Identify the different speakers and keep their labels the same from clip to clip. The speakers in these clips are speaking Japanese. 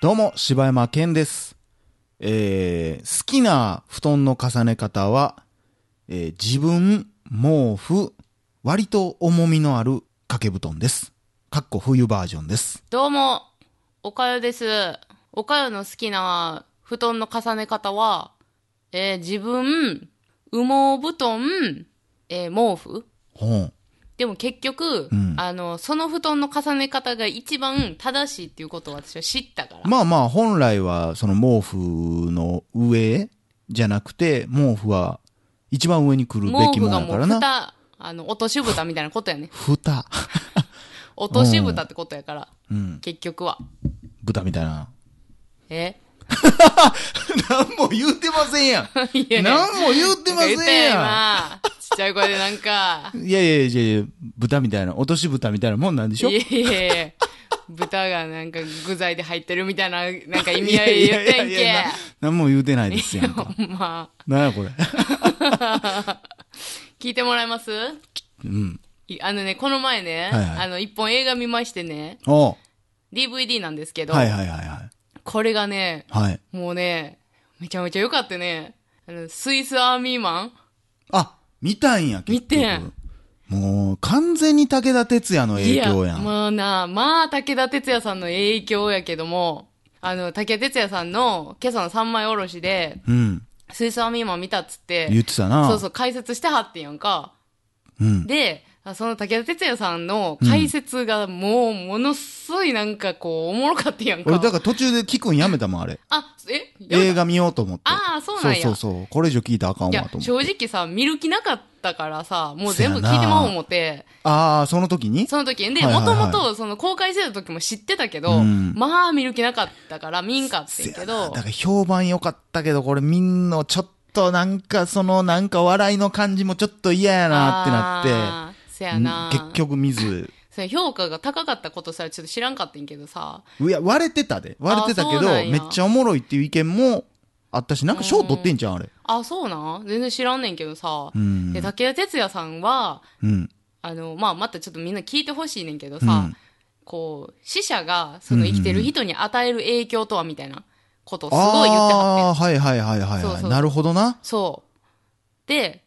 Speaker 1: どうも、柴山健です。えー、好きな布団の重ね方は、えー自分、毛布、割と重みのある掛け布団です。かっこ冬バージョンです。
Speaker 2: どうも、おかよです。おかよの好きな布団の重ね方は、えー自分、羽毛布団、えー毛布。
Speaker 1: ほん。
Speaker 2: でも結局、
Speaker 1: うん
Speaker 2: あの、その布団の重ね方が一番正しいっていうことを私は知ったから。
Speaker 1: まあまあ、本来は、その毛布の上じゃなくて、毛布は一番上に来るべ
Speaker 2: 毛
Speaker 1: きもの
Speaker 2: 布が
Speaker 1: だ
Speaker 2: も
Speaker 1: か
Speaker 2: う
Speaker 1: らな。
Speaker 2: 蓋、あの、落とし蓋みたいなことやね。
Speaker 1: 蓋。
Speaker 2: 落とし蓋ってことやから、
Speaker 1: うん。
Speaker 2: 結局は。
Speaker 1: 豚みたいな。
Speaker 2: え
Speaker 1: 何も言うてませんやん。
Speaker 2: いや
Speaker 1: 何も言うてませ
Speaker 2: 言った
Speaker 1: ん
Speaker 2: よ
Speaker 1: や
Speaker 2: 今ちっちゃい声でなんか。
Speaker 1: ん。いやいやいやいや、豚みたいな、落とし豚みたいなもんなんでしょ
Speaker 2: いやいやいや豚がなんか具材で入ってるみたいな、なんか意味合いで言ってん
Speaker 1: いやいやいやな何も言うてないですやんか。
Speaker 2: け。まあ、
Speaker 1: なんやこれ。
Speaker 2: 聞いてもらえます
Speaker 1: うん。
Speaker 2: いあのね、この前ね、
Speaker 1: はいはい
Speaker 2: あの、一本映画見ましてね、
Speaker 1: おう
Speaker 2: DVD なんですけど、
Speaker 1: はいはいはいはい。
Speaker 2: これがね、
Speaker 1: はい。
Speaker 2: もうね、めちゃめちゃ良かったね。あの、スイスアーミーマン
Speaker 1: あ、見たんや、結局。
Speaker 2: 見てん
Speaker 1: もう、完全に武田鉄矢の
Speaker 2: い
Speaker 1: 影
Speaker 2: や、
Speaker 1: 響やん。
Speaker 2: もうな、まあ、武田鉄矢さんの影響やけども、あの、武田鉄矢さんの今朝の三枚おろしで、
Speaker 1: うん。
Speaker 2: スイスアーミーマン見たっつって、
Speaker 1: 言ってたな。
Speaker 2: そうそう、解説してはってんやんか。
Speaker 1: うん。
Speaker 2: で、あその武田鉄矢さんの解説がもうものすごいなんかこうおもろかったやんか。
Speaker 1: 俺、だから途中で聞くんやめたもん、あれ。
Speaker 2: あ、え
Speaker 1: 映画見ようと思って。
Speaker 2: あーそうなんや
Speaker 1: そうそうそう。これ以上聞いたらあかんわ、
Speaker 2: い
Speaker 1: と
Speaker 2: や
Speaker 1: 思、って。
Speaker 2: 正直さ、見る気なかったからさ、もう全部聞いてまおう思って、
Speaker 1: ああ、その時に
Speaker 2: その時に。で、
Speaker 1: はいはい
Speaker 2: も
Speaker 1: は
Speaker 2: と
Speaker 1: い
Speaker 2: もとその公開してた時も知ってたけど、
Speaker 1: うん
Speaker 2: まあ見る気なかったから見んかってんけ
Speaker 1: せやな
Speaker 2: ど
Speaker 1: だか、ら評判良かったけど、これみんなちょっとなんかそのなんか笑いの感じもちょっと嫌やなってなって。
Speaker 2: って。せやな
Speaker 1: うん結局見 ず。
Speaker 2: それ評価が高かったことさらちょっと知らんかったんけどさ、
Speaker 1: いや、割れてたで。割れてたけど、
Speaker 2: あそうなんや
Speaker 1: めっちゃおもろいっていう意見もあったし、なんか賞取ってんじゃん、あれ。
Speaker 2: あ、そうなん全然知らんねんけどさ、
Speaker 1: うん
Speaker 2: で、。武田鉄矢さんは、
Speaker 1: うん。
Speaker 2: あの、まあ、またちょっとみんな聞いてほしいねんけどさ、
Speaker 1: うん
Speaker 2: こう、死者が、その生きてる人に与える影響とはみたいなことをすごい言ってはってん。
Speaker 1: ああー、はいはいはいはい
Speaker 2: そう
Speaker 1: は
Speaker 2: そ
Speaker 1: い。
Speaker 2: う
Speaker 1: なるほどな。
Speaker 2: そう。で、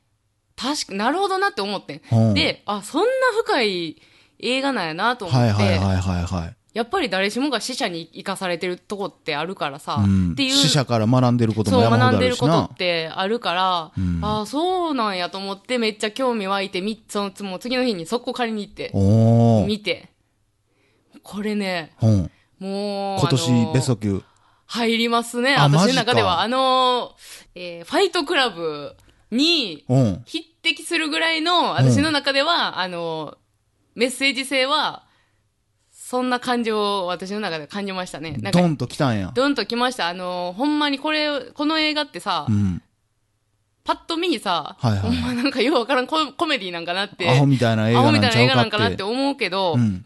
Speaker 2: 確か、なるほどなって思ってん。
Speaker 1: うん
Speaker 2: で、あ、そんな深い映画なんやなと思って、
Speaker 1: はいはいはいはいはい。
Speaker 2: やっぱり誰しもが死者に生かされてるとこってあるからさ、
Speaker 1: うん
Speaker 2: っていう。
Speaker 1: 死者から学んでることも
Speaker 2: そう
Speaker 1: 山ほど
Speaker 2: 学ん
Speaker 1: あ
Speaker 2: で
Speaker 1: る
Speaker 2: る
Speaker 1: し
Speaker 2: こと
Speaker 1: な
Speaker 2: っ。てあるから、
Speaker 1: うん
Speaker 2: ああ、そうなんやと思ってめっちゃ興味湧いて、み、その、もう次の日に速攻借りに行って、
Speaker 1: おー。
Speaker 2: 見て。これね、
Speaker 1: うん
Speaker 2: もう、
Speaker 1: 今
Speaker 2: あ
Speaker 1: 年
Speaker 2: の
Speaker 1: ベスト級。
Speaker 2: 入りますね、
Speaker 1: あマ
Speaker 2: 私
Speaker 1: ジ
Speaker 2: の
Speaker 1: か
Speaker 2: 中では。あのー、えーファイトクラブに
Speaker 1: うん。
Speaker 2: 匹敵するぐらいの、私の中では、あのー、メッセージ性は、そんな感情を私の中で感じましたね。なん
Speaker 1: ド
Speaker 2: か、
Speaker 1: ンと来たんや。
Speaker 2: ドンときました。あのー、ほんまにこれ、この映画ってさ、
Speaker 1: うん。
Speaker 2: パッと見にさ、
Speaker 1: はいはい
Speaker 2: ほんまなんかようわからんココメディなんかなって、
Speaker 1: アホみたいな映
Speaker 2: アホ
Speaker 1: 画
Speaker 2: み
Speaker 1: な
Speaker 2: た
Speaker 1: んち
Speaker 2: いな映画
Speaker 1: ゃ
Speaker 2: な
Speaker 1: うんか
Speaker 2: か
Speaker 1: っ
Speaker 2: な
Speaker 1: て
Speaker 2: って。思うけど、
Speaker 1: うん。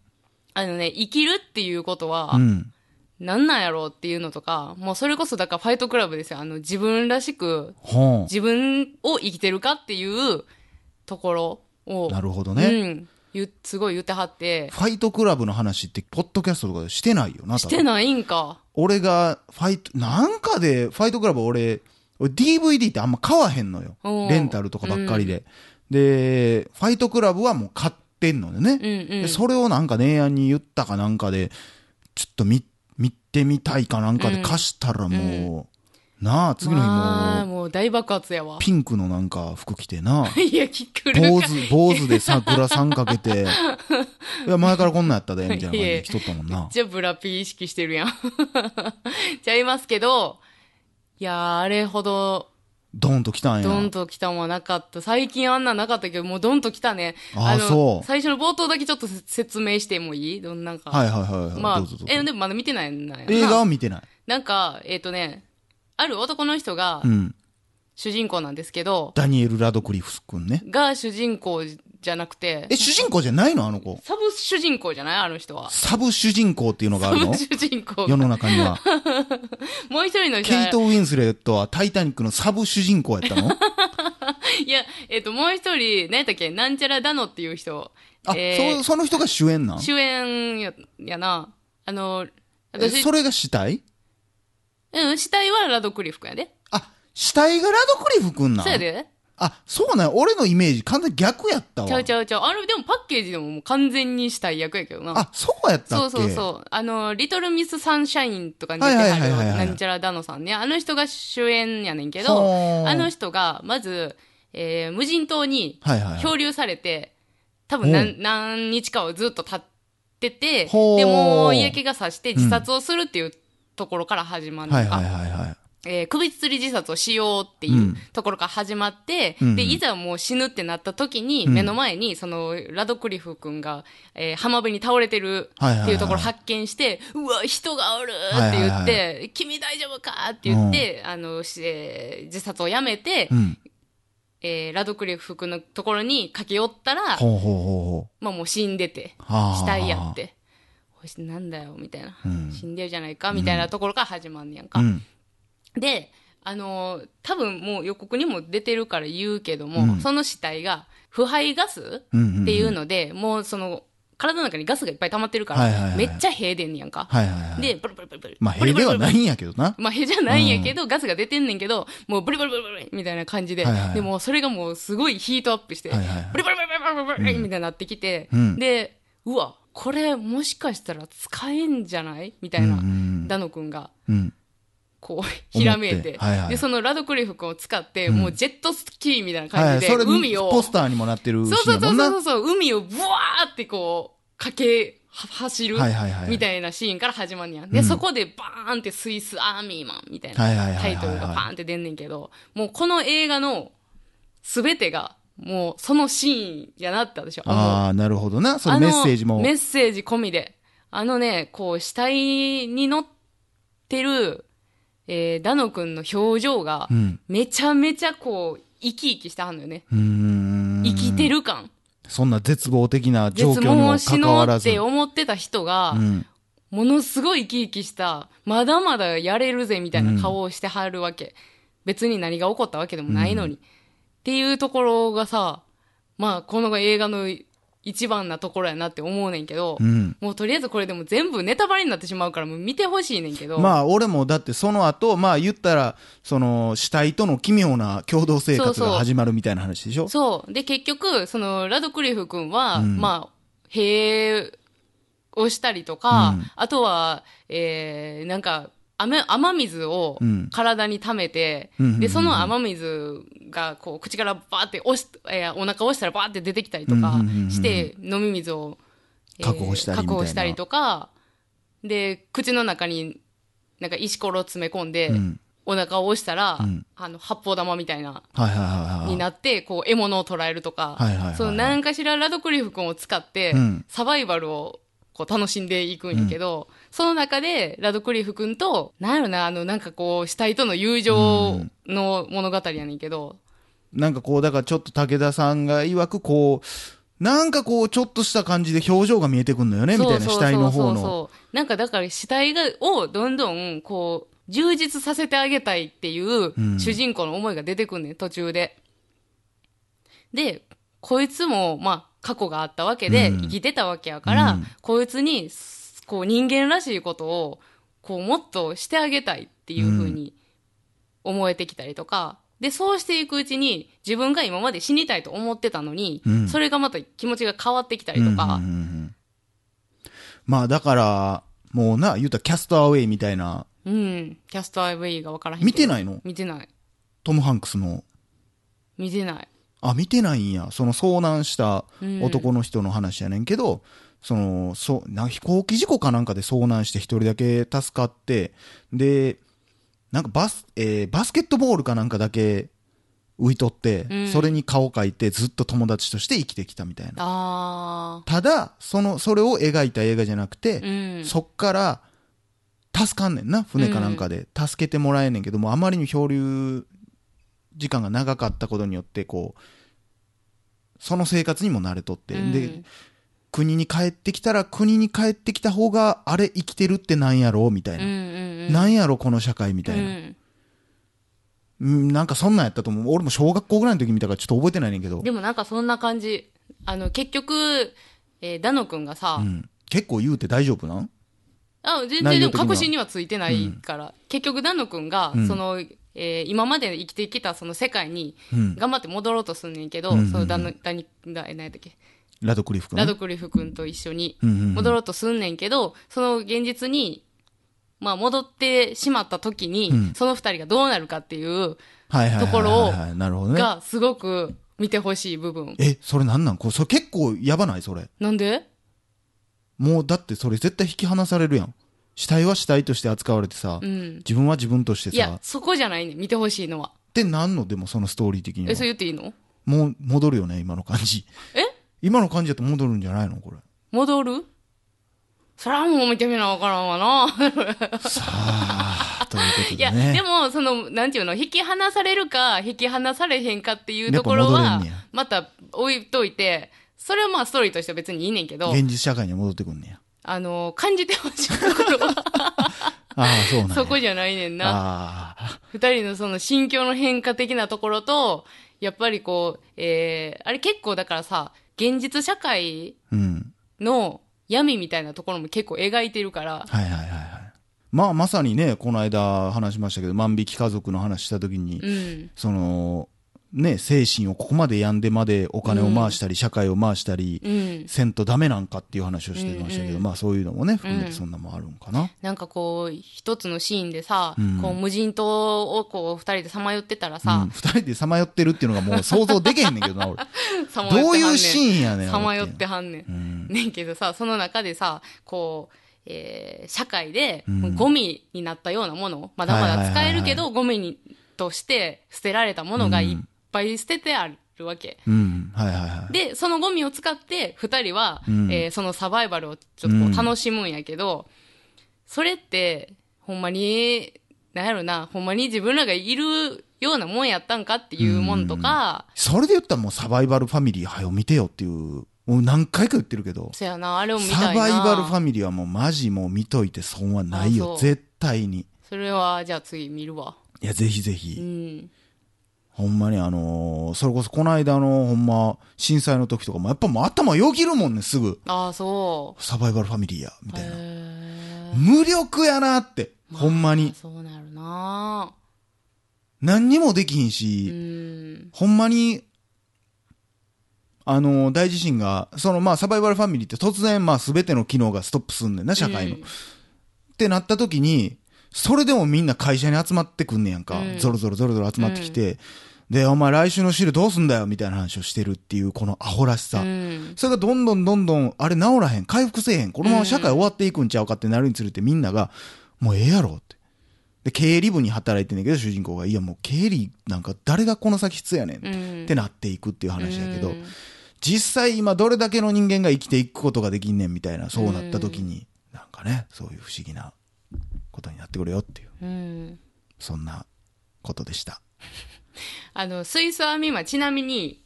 Speaker 2: あのね、生きるっていうことは、
Speaker 1: うん。
Speaker 2: なんなんやろうっていうのとか、もうそれこそだからファイトクラブですよ。あの、自分らしく、
Speaker 1: ほ
Speaker 2: 自分を生きてるかっていうところを、
Speaker 1: う。なるほどね。
Speaker 2: うん、ゆすごい言ってはって、
Speaker 1: ファイトクラブの話って、ポッドキャストとかでしてないよな、多分
Speaker 2: してないんか。
Speaker 1: 俺が、ファイト、なんかで、ファイトクラブ俺、俺 DVD ってあんま買わへんのよ。
Speaker 2: うん
Speaker 1: レンタルとかばっかりで。で、ファイトクラブはもう買ってんのよね
Speaker 2: う。んうん。
Speaker 1: でそれをなんか姉やんに言ったかなんかで、ちょっと見、見てみたいかなんかで貸したらもう、なあ、次の日
Speaker 2: まあ
Speaker 1: もう、
Speaker 2: もう大爆発やわ。
Speaker 1: ピンクのなんか服着てな。
Speaker 2: いや、聞くる
Speaker 1: 坊
Speaker 2: か。
Speaker 1: 主、坊主で桜さんかけて、 いや、前からこんなんやったで、みたいな感じ
Speaker 2: いえ
Speaker 1: で来とったもんな。
Speaker 2: じゃあブラピー意識してるやん。 ちゃいますけど、いやー、あれほど、
Speaker 1: ドンと来たんや。
Speaker 2: ドンと来たもんはなかった。最近あんなんなかったけど、もうドンと来たね。
Speaker 1: あー
Speaker 2: の
Speaker 1: そう
Speaker 2: 最初の冒頭だけちょっとせ説明してもいいどんなんか。
Speaker 1: はいはいはいはい。ど
Speaker 2: まあ
Speaker 1: うぞど、うぞ
Speaker 2: え、でもまだ見てないんだよな。
Speaker 1: 映画は見てない。
Speaker 2: なんか、えっ、とね、ある男の人が
Speaker 1: うん。
Speaker 2: 主人公なんですけど、
Speaker 1: ダニエル・ラドクリフ君ね。
Speaker 2: が主人公じゃなくて
Speaker 1: え、、主人公じゃないのあの子。
Speaker 2: サブ主人公じゃないあの人は。
Speaker 1: サブ主人公っていうのがあ
Speaker 2: サ
Speaker 1: るの
Speaker 2: ブ主人公
Speaker 1: 世
Speaker 2: が。
Speaker 1: の中には。
Speaker 2: もう一人の人は
Speaker 1: ケイト・ウィンスレットはタイタニックのサブ主人公やったの
Speaker 2: いや、えっ、と、もう一人、何やったっけ、なんちゃらだのっていう人。
Speaker 1: あ、
Speaker 2: えー
Speaker 1: そ、その人が主演なん
Speaker 2: 主演ややな。あの、
Speaker 1: え
Speaker 2: 私、
Speaker 1: それが死体
Speaker 2: うん、死体はラドクリフ君やで。
Speaker 1: あ、死体がラドクリフくんなん
Speaker 2: そうやで。
Speaker 1: あ、そうなんや俺のイメージ完全に逆やったわ。
Speaker 2: ちゃうちゃうちゃう。あれ、でもパッケージでももう完全に死体役やけどな。
Speaker 1: あ、そうやった
Speaker 2: そ
Speaker 1: っ
Speaker 2: う
Speaker 1: け
Speaker 2: そうそう。あの、リトルミスサンシャインとかに出て
Speaker 1: はいは
Speaker 2: はい
Speaker 1: はいはいはい
Speaker 2: る、なんちゃらダノさんね。あの人が主演やねんけ
Speaker 1: ほ
Speaker 2: ど、
Speaker 1: ー
Speaker 2: あの人が、まず、えー無人島に
Speaker 1: はいはいはい
Speaker 2: 漂流されて、多分何,、
Speaker 1: う
Speaker 2: 何日かをずっと立ってて、
Speaker 1: ほー
Speaker 2: でもう嫌気がさして自殺をするっていうところから始まるの
Speaker 1: は
Speaker 2: か、
Speaker 1: いはいはいはい。
Speaker 2: えー首吊り自殺をしようって
Speaker 1: う
Speaker 2: いうんところから始まって、
Speaker 1: うん
Speaker 2: で、いざもう死ぬってなった時に、
Speaker 1: うん
Speaker 2: 目の前に、その、ラドクリフ君が、えー浜辺に倒れてるっていうところを発見して、うわ、人がおるって
Speaker 1: は
Speaker 2: 言
Speaker 1: いは
Speaker 2: っ
Speaker 1: い
Speaker 2: て、君大丈夫かって言って、あの、しえー自殺をやめて
Speaker 1: う、ん。
Speaker 2: えーラドクリフ君のところに駆け寄ったら、
Speaker 1: ほうほうほうほ
Speaker 2: まあもう死んでて、
Speaker 1: う。はあ
Speaker 2: 死体やっ。て、おいなんだよ、みたいな。
Speaker 1: ん
Speaker 2: 死んでるじゃないか、みたいなところから始まんねやんか。
Speaker 1: うん。
Speaker 2: で、あのー多分もう予告にも出てるから言うけども、
Speaker 1: うん
Speaker 2: その死体が腐敗ガス
Speaker 1: うんうんうん
Speaker 2: っていうので、もうその、体の中にガスがいっぱい溜まってるから、
Speaker 1: はいはいはい
Speaker 2: めっちゃ塀でんねやんか。
Speaker 1: はいはいはい。
Speaker 2: で、ブルブルブルブル。。
Speaker 1: まあ、平ではないいんやけどな。
Speaker 2: まあ、塀じゃないんやけど、ガスが出てんねんけど、もうブルブルブルブルみたいな感じで、
Speaker 1: はいはい
Speaker 2: でもうそれがもうすごいヒートアップして、
Speaker 1: はいはいはい
Speaker 2: ブルブルブルブルブルブルみたいになってきて、
Speaker 1: うん
Speaker 2: で、うわ、これもしかしたら使えんじゃないみたいな、
Speaker 1: うんうんうん
Speaker 2: ダノ君が
Speaker 1: うん。
Speaker 2: こう、ひらめい
Speaker 1: 思って
Speaker 2: て。
Speaker 1: はいはい
Speaker 2: で、そのラドクリフ君を使って、もうジェットスキーみたいな
Speaker 1: は
Speaker 2: 感
Speaker 1: い、
Speaker 2: じで、
Speaker 1: それ、
Speaker 2: 海を、
Speaker 1: ポスターにもなってるシ
Speaker 2: そうそ
Speaker 1: ーンや
Speaker 2: うそ
Speaker 1: も
Speaker 2: うん
Speaker 1: な。
Speaker 2: そうそう、海をブワーってこう、駆けは、走る、
Speaker 1: はいはいはい
Speaker 2: みたいなシーンから始まんねやん。で、
Speaker 1: うん
Speaker 2: そこでバーンってスイスアーミーマンみたいな
Speaker 1: はいはいはいはい
Speaker 2: タイトルがバーンって出んねんけど、もうこの映画の全てが、もうそのシーンやなって私は思う。
Speaker 1: ああ、なるほどな。その
Speaker 2: あ
Speaker 1: メッセージも。
Speaker 2: メッセージ込みで。あのね、こう、死体に乗ってる、えー、ダノ君の表情が
Speaker 1: う、ん。
Speaker 2: めちゃめちゃこう、生き生きしてはんのよね。
Speaker 1: うーん。
Speaker 2: 生きてる感。
Speaker 1: そんな絶望的な状
Speaker 2: 絶
Speaker 1: 況に
Speaker 2: 望
Speaker 1: も
Speaker 2: を
Speaker 1: か
Speaker 2: し
Speaker 1: かわ
Speaker 2: の
Speaker 1: ら
Speaker 2: うっ
Speaker 1: ず。
Speaker 2: て思ってた人が、
Speaker 1: うん。
Speaker 2: ものすごい生き生きした、まだまだやれるぜみたいな顔をしてはるわけ。別に何が起こったわけでもないのに。っていうところがさ、まあ、この映画の一番なところやなって思うねんけど、
Speaker 1: うん。
Speaker 2: もうとりあえずこれでも全部ネタバレになってしまうからもう見てほしいねんけど。
Speaker 1: まあ、俺もだってその後、まあ言ったら、その死体との奇妙な共同生活
Speaker 2: そうそ
Speaker 1: が
Speaker 2: う
Speaker 1: 始まるみたいな話でしょ
Speaker 2: そう。で、結局、その、ラドクリフ君は、
Speaker 1: うん
Speaker 2: まあ、塀をしたりとか、
Speaker 1: うん
Speaker 2: あとは、えー、なんか、雨、雨水を
Speaker 1: うん
Speaker 2: 体に溜めて、
Speaker 1: うんうんうんうん
Speaker 2: で、その雨水が、こう、口からバーって押し、えーお腹を押したらバーって出てきたりとか
Speaker 1: うんうんうんうん
Speaker 2: して、飲み水を、えー
Speaker 1: 確保したりみたいな
Speaker 2: 確保したりとか、で、口の中に、なんか石ころを詰め込んで、
Speaker 1: うん
Speaker 2: お腹を押したら、
Speaker 1: うん
Speaker 2: あの、発泡玉みたいな、
Speaker 1: はいはいはいはい。
Speaker 2: になって、こう、獲物を捕らえるとか、
Speaker 1: はいはいはいはい
Speaker 2: その何かしらラドクリフ君を使って、
Speaker 1: うん
Speaker 2: サバイバルをこう楽しんでいくんやけど、その中でラドクリフ君と、なんやろな、あの、なんかこう、死体との友情の物語やねんけど、
Speaker 1: なんかこう、だからちょっと武田さんが曰くこう、なんかこう、ちょっとした感じで表情が見えてくんのよね、み
Speaker 2: そう
Speaker 1: たいな死体の方
Speaker 2: そうそう
Speaker 1: の。
Speaker 2: そうなんかだから死体が、をどんどん、こう、充実させてあげたいっていう
Speaker 1: うん
Speaker 2: 主人公の思いが出てくんねん、途中で。で、こいつも、まあ、過去があったわけで、
Speaker 1: うん
Speaker 2: 生きてたわけやから、
Speaker 1: うん
Speaker 2: こいつに、すこう、人間らしいことを、こう、もっとしてあげたいっていうふうに思えてきたりとか、で、そうしていくうちに、自分が今まで死にたいと思ってたのに、
Speaker 1: うん
Speaker 2: それがまた気持ちが変わってきたりとか、
Speaker 1: うんうんうんうんまあだから、もうな、言うたらキャストアウェイみたいな、
Speaker 2: うん。キャストアイブイが分からへんけど。
Speaker 1: 見てないいの
Speaker 2: 見てない。
Speaker 1: トム・ハンクスの。
Speaker 2: 見てない。
Speaker 1: あ、見てないんや。その遭難した
Speaker 2: うん
Speaker 1: 男の人の話やねんけど、その、そう、な、飛行機事故かなんかで遭難して一人だけ助かって、で、なんかバス、えーバスケットボールかなんかだけ浮いとって、
Speaker 2: うん
Speaker 1: それに顔描いてずっと友達として生きてきたみたいな。
Speaker 2: あ
Speaker 1: ただ、その、それを描いた映画じゃなくて、
Speaker 2: ー。うん。
Speaker 1: そっから、助かんねんな、船かなんかで。助けてもらえんねんけども、あまりに漂流時間が長かったことによって、こう、その生活にも慣れとって。
Speaker 2: うん
Speaker 1: で、国に帰ってきたら、国に帰ってきた方が、あれ、生きてるってなんやろみたい
Speaker 2: うん
Speaker 1: な。
Speaker 2: うんうん。
Speaker 1: なんやろこの社会みたいな、うんなんかそんなんやったと思う。俺も小学校ぐらいの時見たからちょっと覚えてないねんけ
Speaker 2: う
Speaker 1: ど
Speaker 2: ん。でもなんかそんな感じ。あの、結局、えーダノ君がさ、
Speaker 1: うん。結構言うて大丈夫なん
Speaker 2: あ全
Speaker 1: 内
Speaker 2: 然
Speaker 1: 容
Speaker 2: でも
Speaker 1: 的には
Speaker 2: 確信にはついてないから、結局ダノ君が、
Speaker 1: うん
Speaker 2: その、えー今まで生きてきたその世界に
Speaker 1: うん。
Speaker 2: 頑張って戻ろうとすんねんけど、
Speaker 1: うんうんうん
Speaker 2: そのダノダニだえ何やったっけ
Speaker 1: ラドクリフ君。
Speaker 2: ラドクリフ君と一緒に
Speaker 1: うんうんうん
Speaker 2: 戻ろうとすんねんけど、その現実に、まあ戻ってしまった時に、
Speaker 1: うん
Speaker 2: その二人がどうなるかっていう、
Speaker 1: はいはいはいはいはい。
Speaker 2: ところを
Speaker 1: なるほどね。
Speaker 2: がすごく見てほしい部分。
Speaker 1: え、それなんなんこれ、それ結構やばないそれ。
Speaker 2: なんで
Speaker 1: もうだってそれ絶対引き離されるやん。死体は死体として扱われてさ、
Speaker 2: うん。
Speaker 1: 自分は自分として
Speaker 2: い
Speaker 1: さ、
Speaker 2: や
Speaker 1: っ、
Speaker 2: そこじゃないねん見てほしいのは。
Speaker 1: てなんのでもそのストーリー的に
Speaker 2: え、それ
Speaker 1: は。
Speaker 2: 言っていいの
Speaker 1: もう戻るよね、今の感じ。
Speaker 2: え
Speaker 1: 今の感じだと戻るんじゃないのこれ。
Speaker 2: 戻るそらもう見てみなわからんわ な。
Speaker 1: さあ、ということ
Speaker 2: いや、
Speaker 1: でね。
Speaker 2: でも、その、なんていうの、引き離されるか、引き離されへんかっていうところ
Speaker 1: やっぱ
Speaker 2: は
Speaker 1: 戻れんねや、
Speaker 2: また置いといて、それはまあストーリーとしては別にいいねんけど、
Speaker 1: 現実社会に戻ってくんねや。
Speaker 2: あの、感じてほしいところは、
Speaker 1: ああ、そうなんや。
Speaker 2: そこじゃないねんな。
Speaker 1: ああ、
Speaker 2: 二人のその心境の変化的なところと、やっぱりこう、えー、あれ結構だからさ、現実社会
Speaker 1: うん。
Speaker 2: の闇みたいなところも結構描いてるから、
Speaker 1: はいはいはいはい。まあ、まさにね、この間話しましたけど、万引き家族の話した時に、
Speaker 2: うん。
Speaker 1: その、ね、精神をここまで病んでまでお金を回したり、社会を回したり、
Speaker 2: うん。
Speaker 1: せんとダメなんかっていう話をしてましたけど、
Speaker 2: うんうん
Speaker 1: まあそういうのもね、含め
Speaker 2: う
Speaker 1: て
Speaker 2: ん
Speaker 1: そんなもんあるんかな。
Speaker 2: なんかこう、一つのシーンでさ、
Speaker 1: うん
Speaker 2: こう無人島をこう二人でさまよってたら
Speaker 1: うん
Speaker 2: さ、
Speaker 1: 二人でさまよってるっていうのがもう想像できへんねんけど な、俺。
Speaker 2: さまよってはんねん
Speaker 1: どういうシーンやねん。
Speaker 2: さまよってはんねん
Speaker 1: う。ん。
Speaker 2: ねんけどさ、その中でさ、こう、えー社会で
Speaker 1: うん、
Speaker 2: ゴミになったようなもの、まだまだ使えるけど、ゴミにとして捨てられたものがいっぱい捨ててあるわけ。
Speaker 1: うん。はいはいはい。
Speaker 2: で、そのゴミを使って、二人は、
Speaker 1: うん
Speaker 2: えーそのサバイバルをちょっとこ
Speaker 1: うん
Speaker 2: う楽しむんやけど、それって、ほんまに、なんやろな、ほんまに自分らがいるようなもんやったんかっていうもんとか、
Speaker 1: それで言ったらもうサバイバルファミリーはよ見てよっていう、もう何回か言ってるけど、
Speaker 2: そやな、あれを見
Speaker 1: サ
Speaker 2: たいな。
Speaker 1: バイバルファミリーはもうマジもう見といて損はない
Speaker 2: あそ
Speaker 1: よ。
Speaker 2: う
Speaker 1: 絶対に。
Speaker 2: それは、じゃあ次見るわ。
Speaker 1: いや、ぜひぜ
Speaker 2: う
Speaker 1: ひ。
Speaker 2: ん。
Speaker 1: ほんまにあのーそれこそこの間のほんま、震災の時とかもやっぱもう頭よぎるもんね、すぐ。
Speaker 2: ああ、そう。
Speaker 1: サバイバルファミリーや、みたいな。
Speaker 2: へー
Speaker 1: 無力やなって、ほんま
Speaker 2: ま
Speaker 1: に
Speaker 2: あ。そうなるな
Speaker 1: 何にもできひん
Speaker 2: う
Speaker 1: し、
Speaker 2: ん。
Speaker 1: ほんまに、あのー大地震が、そのまあサバイバルファミリーって突然まあ全ての機能がストップすんねんな、社会の。
Speaker 2: うん
Speaker 1: ってなった時に、それでもみんな会社に集まってくんねやんか。
Speaker 2: うん
Speaker 1: ゾロゾロゾロゾロ集まってきて、で、お前来週の汁どうすんだよみたいな話をしてるっていう、このアホらしさ。
Speaker 2: うん。
Speaker 1: それがどんどんどんどん、あれ治らへん、回復せえへん、このまま社会終わっていくんちゃうかってなるにつれてみんなが、もうええやろって。で、経理部に働いてんだけど、主人公が、いやもう経理なんか誰がこの先必要やねん
Speaker 2: う
Speaker 1: っ
Speaker 2: ん。
Speaker 1: てなっていくっていう話だけど、
Speaker 2: うん
Speaker 1: 実際今どれだけの人間が生きていくことができんねんみたいな、そうなった時に、なんかね、そういう不思議なことになってくれよっていう、
Speaker 2: うん。
Speaker 1: そんなことでした。
Speaker 2: あの、水素編みはちなみに、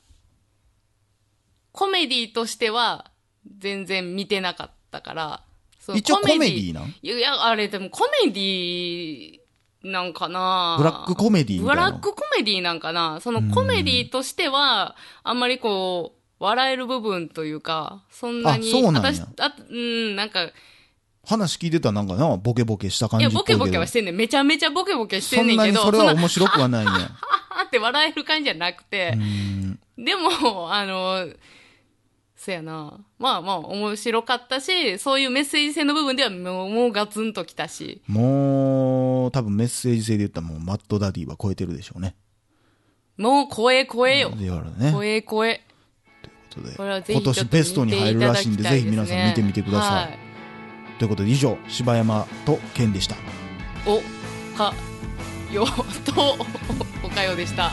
Speaker 2: コメディとしては全然見てなかったから、その
Speaker 1: 一応コメディー
Speaker 2: な。
Speaker 1: なん
Speaker 2: いや、あれでもコメディなんかな
Speaker 1: ブラックコメディみ
Speaker 2: ブ
Speaker 1: たいな。
Speaker 2: ラックコメディなんかなそのコメディとしては、あんまりこう、笑える部分というか、そんなに、
Speaker 1: あそうなんや
Speaker 2: 私、あ、うん、なんか、
Speaker 1: 話聞いてたらなんかな、ボケボケした感
Speaker 2: い
Speaker 1: じ
Speaker 2: や、
Speaker 1: っぽ
Speaker 2: ボ
Speaker 1: いけ
Speaker 2: ケ
Speaker 1: ど
Speaker 2: ボケはしてんねん。めちゃめちゃボケボケして
Speaker 1: そ
Speaker 2: んね
Speaker 1: ん
Speaker 2: ん
Speaker 1: な
Speaker 2: け
Speaker 1: に
Speaker 2: ど、
Speaker 1: それは面白くはない ね。
Speaker 2: あーって笑える感じじゃなくて、
Speaker 1: うん
Speaker 2: でも、あの、そやな。まあまあ、面白かったし、そういうメッセージ性の部分ではもう、もうガツンときたし。
Speaker 1: もう、多分メッセージ性で言ったらもうマッドダディは超えてるでしょうね。
Speaker 2: もう、超え超えよ。
Speaker 1: で、あれね。
Speaker 2: 超え超え。
Speaker 1: という
Speaker 2: こ
Speaker 1: こと
Speaker 2: れは
Speaker 1: で
Speaker 2: ぜ
Speaker 1: 今
Speaker 2: ひちょっと
Speaker 1: 年ベストに入るらしいんで、ぜひ
Speaker 2: 見て
Speaker 1: 皆
Speaker 2: ただき
Speaker 1: さ
Speaker 2: た
Speaker 1: ん見てみ
Speaker 2: いですね
Speaker 1: てください。ということで、以上、柴山と健でした。
Speaker 2: はいお、か、よ、と、おかよでした。